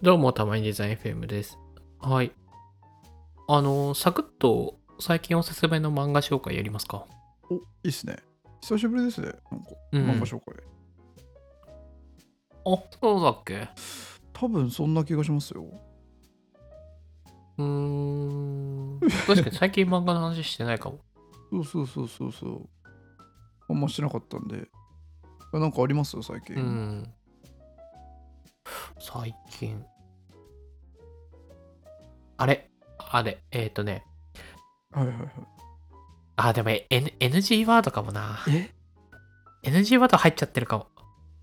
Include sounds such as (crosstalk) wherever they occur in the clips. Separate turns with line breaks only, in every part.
どうも、たまにデザイン FM です。はい。あの、サクッと最近おすすめの漫画紹介やりますか
お、いいっすね。久しぶりですね。なんか、
うん
漫画紹介。
あ、そうだっけ
多分そんな気がしますよ。
うーん。確かに最近漫画の話してないかも。
そうそうそうそうそう。あんましてなかったんで。あなんかありますよ、最近。
うん。最近。あれあれえっ、ー、とね。
はいはいはい。
あ、でも、N、NG ワードかもな。
え
NG ワード入っちゃってるかも。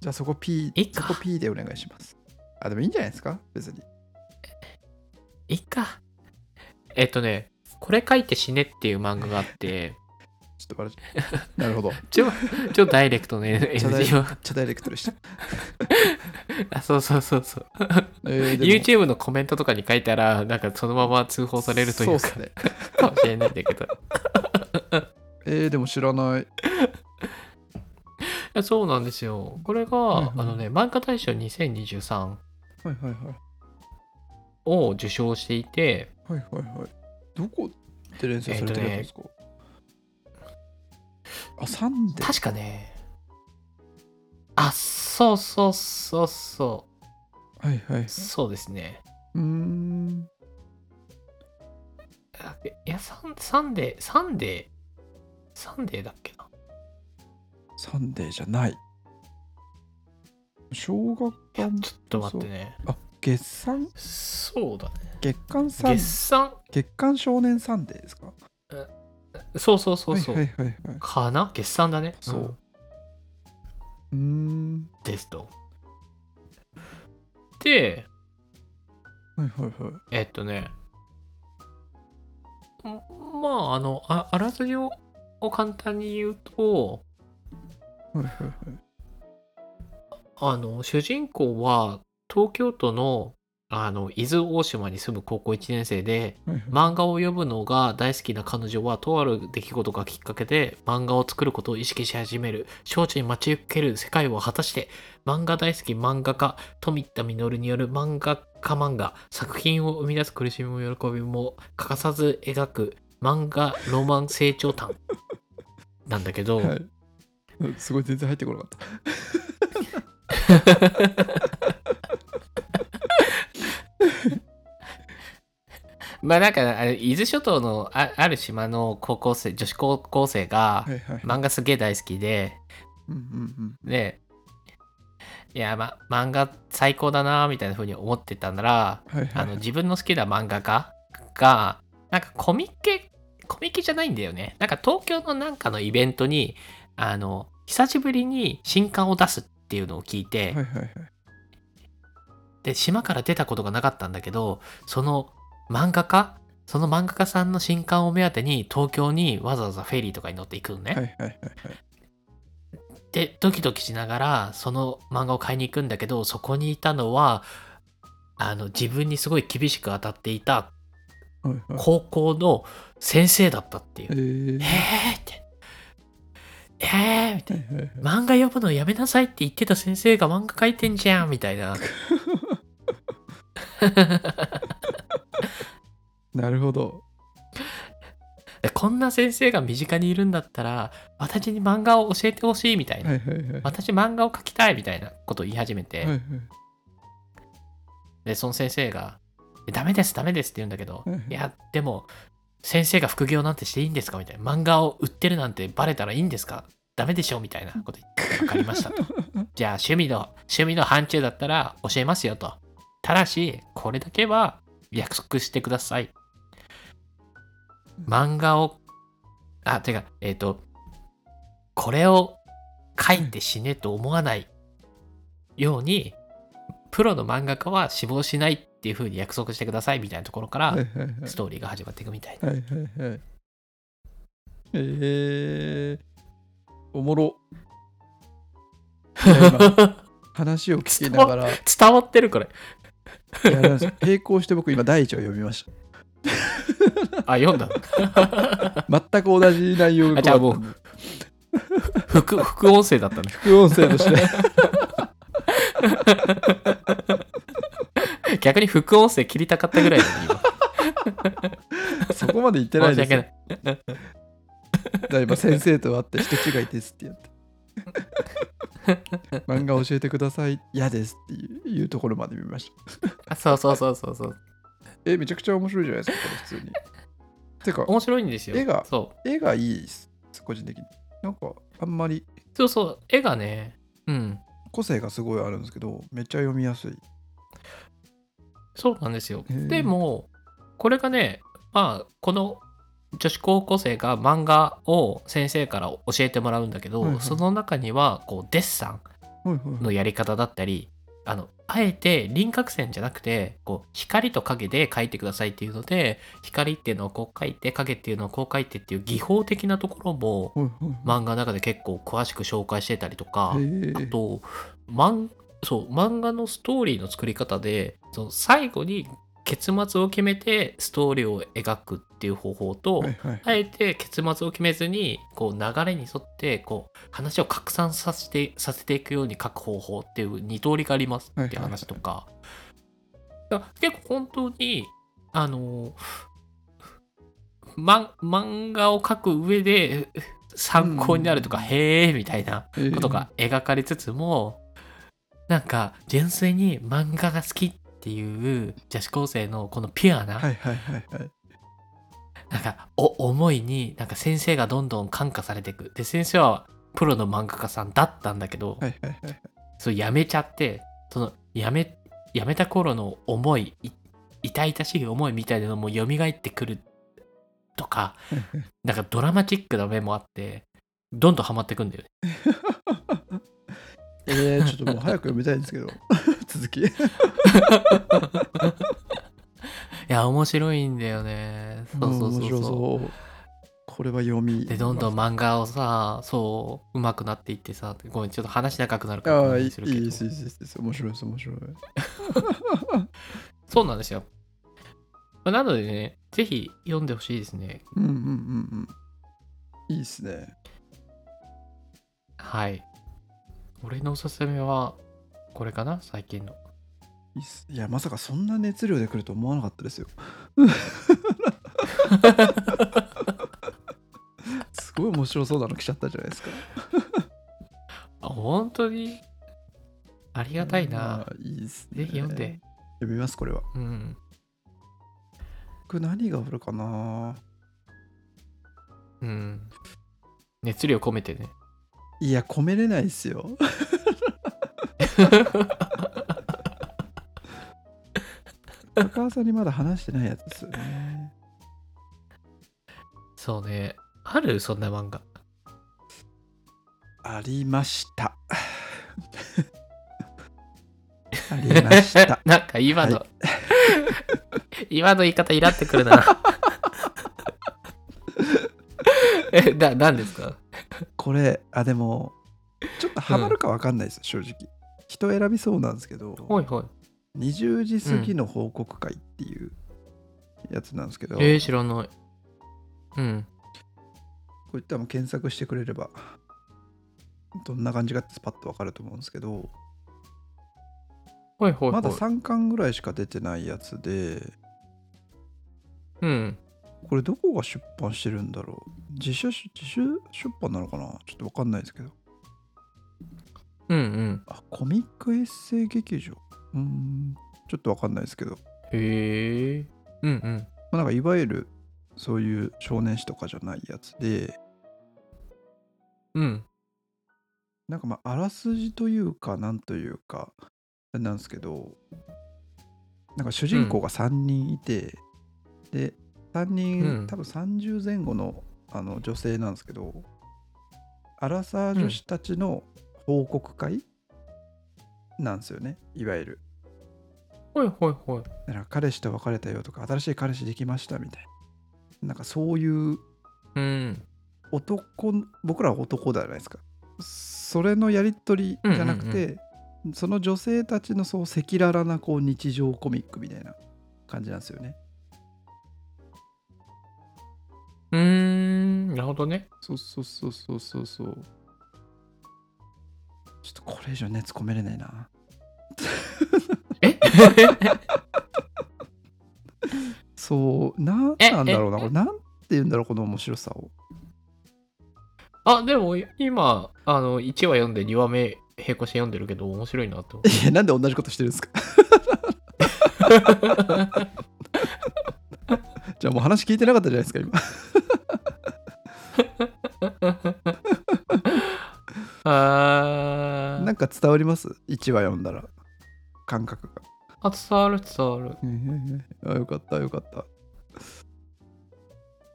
じゃあそこ P、
いいか
そこ P でお願いします。あ、でもいいんじゃないですか別に。
いっか。えっ、とね、これ書いて死ねっていう漫画があって、
ちょっと笑っちゃ
(laughs)
うなるほど。めっ
ちょ、ちょダイレクトの
(laughs) ちょダイレ
NG は。
ちゃダイレクトでした。
あ、そうそうそうそう。
えー、でも
YouTube のコメントとかに書いたら、なんかそのまま通報されるという
そうっ
か、
すね。
かもしれないんだけど。
えー、でも知らない。
いやそうなんですよ。これが、
いはい
あのね、漫画大賞2023
はいはいはい。
を受賞していて、
はいはいはい。どこで連載されてるんですか、あ、サンデー。
確かね、あ、そうそうそうそ、。
はいはいう
そうですね。
うーん。
あいや、サンサンデー、サンデー、サンデーだっけな。
サンデーじゃない。小学
いや
館、
ちょっと待ってね。
あ、月産
そうだね。
月刊サン
月産
月刊少年サンデーですか
そうそうそうそう。
はいはいはいはい。
かな月産だね。
そうんうーん。
ですと。で、
はいはいはい。
えっとね、んまあ、あの、ああらすじをを簡単に言うと、
はいはいはい。
あの、主人公は東京都のあの伊豆大島に住む高校1年生で、
はいはい
漫画を読むのが大好きな彼女はとある出来事がきっかけで漫画を作ることを意識し始める少女に待ち受ける世界を果たして漫画大好き漫画家富田実による漫画家漫画作品を生み出す苦しみも喜びも欠かさず描く漫画ロマン成長譚なんだけど、
はい。うんすごい全然入ってこなかった。
まあなんかあれ伊豆諸島のあある島の高校生女子高校生が
はいはい。
漫画すげえ大好きで、
うんうん
で、いや、ま、漫画最高だなみたいな風に思ってたなら、
うん。はいはい。
あの自分の好きな漫画家が、なんかコミケ、コミケじゃないんだよね。なんか東京のなんかのイベントに、あの、久しぶりに新刊を出すっていうのを聞いて、
はいはいはい。
で、島から出たことがなかったんだけど、その漫画家その漫画家さんの新刊を目当てに東京にわざわざフェリーとかに乗っていくのね。
はいはいはいはい。
でドキドキしながらその漫画を買いに行くんだけどそこにいたのはあの自分にすごい厳しく当たっていた
はいはい
高校の先生だったってい
え
う。えー
ー
って。えーみた
はいいはいはい。
な。漫画読むのやめなさいって言ってた先生が漫画描いてんじゃんみたいな。
なるほど。
でこんな先生が身近にいるんだったら私に漫画を教えてほしいみたいな。
はいはいはい。
私漫画を描きたいみたいなことを言い始めて。
はいはい
で、その先生が、えダメです、ダメですって言うんだけど
うんうん、
いや、でも、先生が副業なんてしていいんですかみたいな。漫画を売ってるなんてバレたらいいんですかダメでしょみたいなこと言って、わかりましたと。
(laughs)
じゃあ、趣味の、趣味の範疇だったら教えますよと。ただし、これだけは約束してください。漫画を、あ、てか、えっ、と、これを書いて死ねと思わないように、プロの漫画家は死亡しないっていう風に約束してくださいみたいなところか
はい
ら、
はいはい。
ストーリーが始まっていくみたいな。
はいはいはい。えー、おもろ。
(laughs)
今話を聞きながらや
伝わってるこれ。
るんですよ並行して僕今第一を読みまし
あ、読んだ。
た。全く同じ内容が
あじゃあ
こうあったんで
副、 (laughs) 副音声だ (laughs) ったね。
副音声として。
逆に副音声切りたかったぐらいなのに今
そこまで言ってない
申し
です
訳
よ
ない。
だ今先生と会って人違いですってやって
(laughs)
漫画教えてください嫌ですっていういうところまで見ました
あそうそうそうそうそう。
えめちゃくちゃ面白いじゃないですかこれ普通にてか
面白いんですよ。
絵が
そう
絵がいいです個人的になんかあんまり
そうそう、絵がね、うん。
個性がすごいあるんですけどめっちゃ読みやすい
そうなんですよ。
へー
でも、これがね、まあ、この女子高校生が漫画を先生から教えてもらうんだけど、
はいはい
その中にはこうデッサ
はいはい
ン
はい
のやり方だったり、あのあえて輪郭線じゃなくてこう光と影で描いてくださいっていうので光っていうのをこう描いて影っていうのをこう描いてっていう技法的なところも
はいはい
漫画の中で結構詳しく紹介してたりとか、
へ
あ
え
と漫そう漫画のストーリーの作り方でその最後に結末を決めてストーリーを描くっていう方法と、
はいはい
あえて結末を決めずにこう流れに沿ってこう話を拡散させてさせていくように書く方法っていう2通りがありますっていう話とか、だから結構本当にあのま漫画を書く上で (laughs) 参考になるとか、
うん
へえみたいな
へえ
ことが描かれつつも、なんか純粋に漫画が好きっていう女子高生のこのピュアな、
はいはいはいはい
なんかお思いになんか先生がどんどん感化されていくで先生はプロの漫画家さんだったんだけど、
はいはいはい
それ辞めちゃってその辞め辞めた頃の思いい痛々しい思いみたいなのも蘇ってくるとかなんかドラマチックな面もあってどんどんハマってくんだよね
え
(laughs)
ー、ちょっともう早く読みたいんですけど (laughs) 続き
いや面白いんだよねそうそうそうそう
面白そうこれは読み
でどんどん漫画をさそう上手くなっていってさごめんちょっと話長くなるから
あ
こ
あ
んない
い
に
い
するけど
ですいいですいいです面白いです面白い
そうなんですよ。まあなのでね、ぜひ読んでほしいですね。
うんうんうんうんいいですね
はい。俺のおすすめは、これかな最近の。
いいっすいやまさかそんな熱量で来ると思わなかっ
(laughs)
たですよすごい面白そうなの来ちゃったじゃないですか
あ、本当にありがたいな
ま。あいいっすね
ぜひ読んで。
読みますこれは
うん。
僕何があるかな
うん。熱量込めてね。
いや込めれないっすよ高橋さんにまだ話してないやつですよね
そうね。あるそんな漫画。
ありました
(laughs)
ありました
(laughs) なんか今の、今の言い方イラってくるな。 (laughs) え、な、なんですか
これあでもちょっとハマるかわかんないです、正直人選びそうなんですけど
ほいほい。
20時過ぎの報告会っていうやつなんですけど、
えー、知らない。うん。
こういったらもう検索してくれればどんな感じかってスパッとわかると思うんですけど
ほいほいほい。
まだ3巻ぐらいしか出てないやつで
うん。
これどこが出版してるんだろう自主出自主出版なのかなちょっとわかんないですけど
うんうん。
あコミックエッセイ劇場うーんちょっとわかんないですけど
へえ。うんうん。
まあ、なんかいわゆるそういう少年誌とかじゃないやつで
うん。
なんかまああらすじというかなんというかなんですけどなんか主人公が3人いて、で3人、
うん
多分30前後のあの女性なんですけどアラサー女子たちの報告会なんですよね、いわゆる
ほいほいほい。
なんか彼氏と別れたよとか新しい彼氏できましたみたいななんかそういう
うん。
男僕らは男じゃないですかそれのやり取りじゃなくて、その女性たちのそう赤裸々なこう日常コミックみたいな感じなんですよね
うーん。なるほどね。
そうそうそうそうそうそうちょっとこれ以上熱込めれないな
え
(laughs) そうなん
え
なんだろうな
え
これなんて言うんだろうこの面白さを
あ、でも今、あの、1話読んで2話目、並行して読んでるけど、面白いなと思って。
いやなんで同じことしてるんですか (laughs) じゃあもう話聞いてなかったじゃないですか今
あ
なんか伝わります1話読んだら感覚が
あ、伝わる伝わる。
あよかったよかった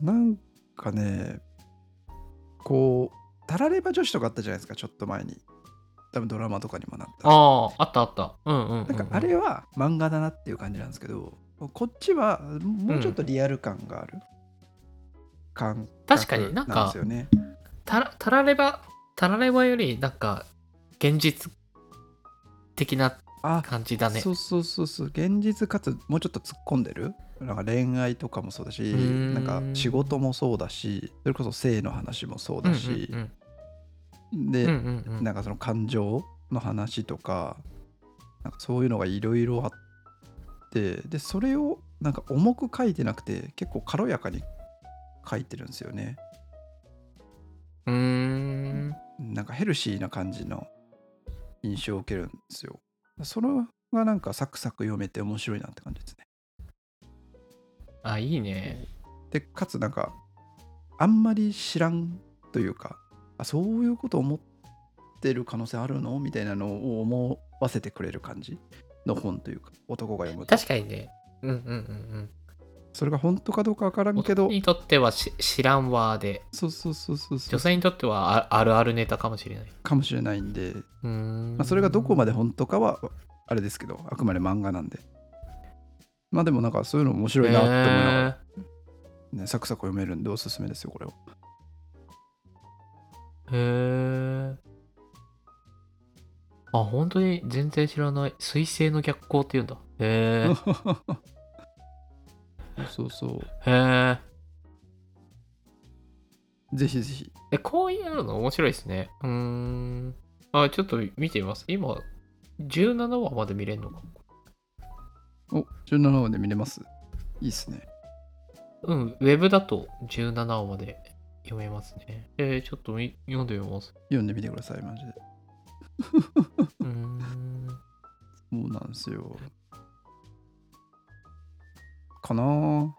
なんかねこうタラレバ女子とかあったじゃないですかちょっと前に多分ドラマとかにもなった
ああ、あったあった。うんうんうん、
なんかあれは漫画だなっていう感じなんですけどこっちはもうちょっとリアル感がある、感
確かになんか
なんですよね
たら、たられば、たらればより、なんか、現実的な
あ
感じだね。
そうそうそうそう現実かつもうちょっと突っ込んでるなんか恋愛とかもそうだし
うーん
なんか仕事もそうだしそれこそ性の話もそうだし
うん、うん
で、
うんうんうんうん
なんかその感情の話とかなんかそういうのがいろいろあってでそれをなんか重く書いてなくて結構軽やかに書いてるんですよね
うーん。
なんかヘルシーな感じの印象を受けるんですよそれがなんかサクサク読めて面白いなって感じですね
あ、いいね。
でかつなんかあんまり知らんというかあそういうこと思ってる可能性あるのみたいなのを思わせてくれる感じの本というか男が読むと
確かにね。うんうんうん
それが本当かどうかわから
うん。
んけど
男にとってはし知らんわーで、
そうそうそうそうそ
女
う
性にとってはああるあるネタかもしれない。
かもしれないんで、
うーん
まあ、それがどこまで本当かはあれですけどあくまで漫画なんでまあでもなんかそういうの面白いなって思いながら、ね
えー
サクサク読めるんでおすすめですよこれは
へえ。あ、本当に全然知らない。水星の逆光って言うんだ。へ
(laughs) そうそうそう
え。へ
ぜひぜひ
え。え、こういうの面白いですね。うーん。あ、ちょっと見てみます。今、17話まで見れるのか。
お17話で見れますいいっすね
うん、ウェブだと17話まで読めますね。えー、ちょっとみ読んでみます。
読んでみてくださいマジで
うーん。
そうなんですよかなあ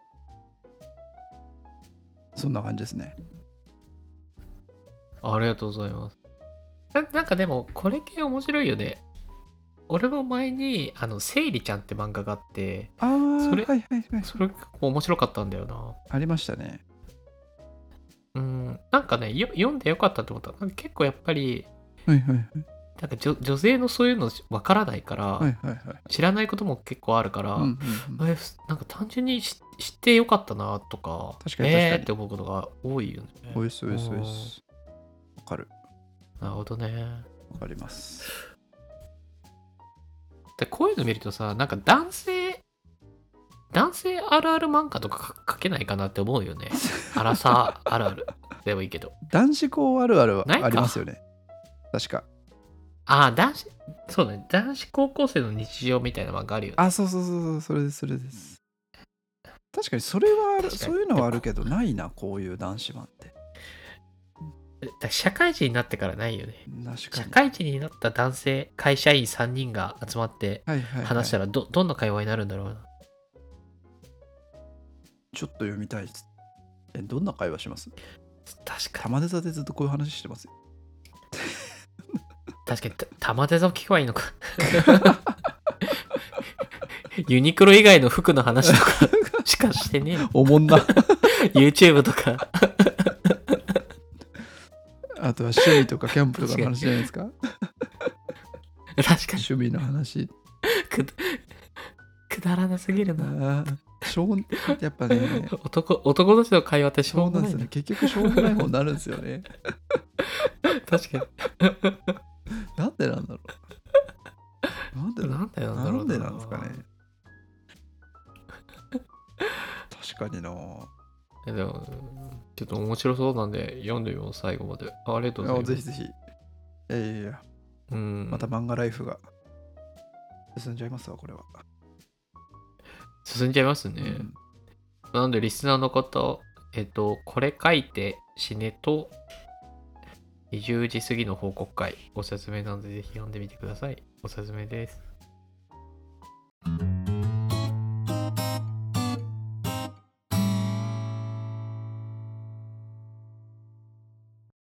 そんな感じですね
ありがとうございます。ななんかでも、これ系面白いよね。俺も前に、あの、せいりちゃんって漫画があって、
ああ
それ
はいはいはい
それ結構面白かったんだよな。
ありましたね
うん、なんかね、よ読んでよかったと思った。なんか結構やっぱり、
はいはいはい
なんか女女性のそういうのわからないから、
はいはいはい
知らないことも結構あるから、
うんうんうん
えふなんか単純に知知ってよかったなとか、
確かに確
え
か
ー
に
って思うことが多いよね。
おいしそうおいしそうおいしそうわかる
なるほどね。
わかります
でこういうの見るとさ、なんか男性、男性あるある漫画とか書書けないかなって思うよ
(laughs)
ね。あらさあるあるでもいいけど。
男子校あるあるは
ないか
ありますよね確か
ああ、男子、そうだね。男子高校生の日常みたいな漫画あるよね。
あそうそうそうそうそれですそれです確かにそれはある
確かに
そういうのはあるけどないなこういう男子版って
だから社会人になってからないよね。
確か
社
に
会人になった男性、会社員3人が集まって
はいはいはい
話したらど、どんな会話になるんだろうな。
ちょっと読みたいです。え、どんな会話します
確かに、
玉出座でずっとこういう話してますよ。
確かにた、玉手座を聞けばいいのか。 (laughs) ユニクロ以外の服の話とか
(laughs)
しかしてねえの
おもんな。
YouTube とか。
(laughs) あとは趣味とかキャンプとかの話じゃないですか。
確かに
趣味の話。
くだ、くだらなすぎるな。
ああ、しょうやっぱね、
男男同士の会話ってしょ
そううな
も
ん
ない
ですよね。
ね。
結局しょうもない方になるんですよね。 (laughs)
確か
なんでなんだろう。なんで (laughs)
に。
な
なんだよ
な
ろうん
でなんですかね。確かにな。
えでも、ちょっと面白そうなんで、読んでみます、最後まで。あありがとうござい
あ
ます。
ぜひぜひ。いやいやいや、
うん、
また漫画ライフが進んじゃいますわ、これは。
進んじゃいますね。
うん
なのでリスナーの方、えっと、これ書いて死ねと20時過ぎの報告会、おすすめなのでぜひ読んでみてください。おすすめです。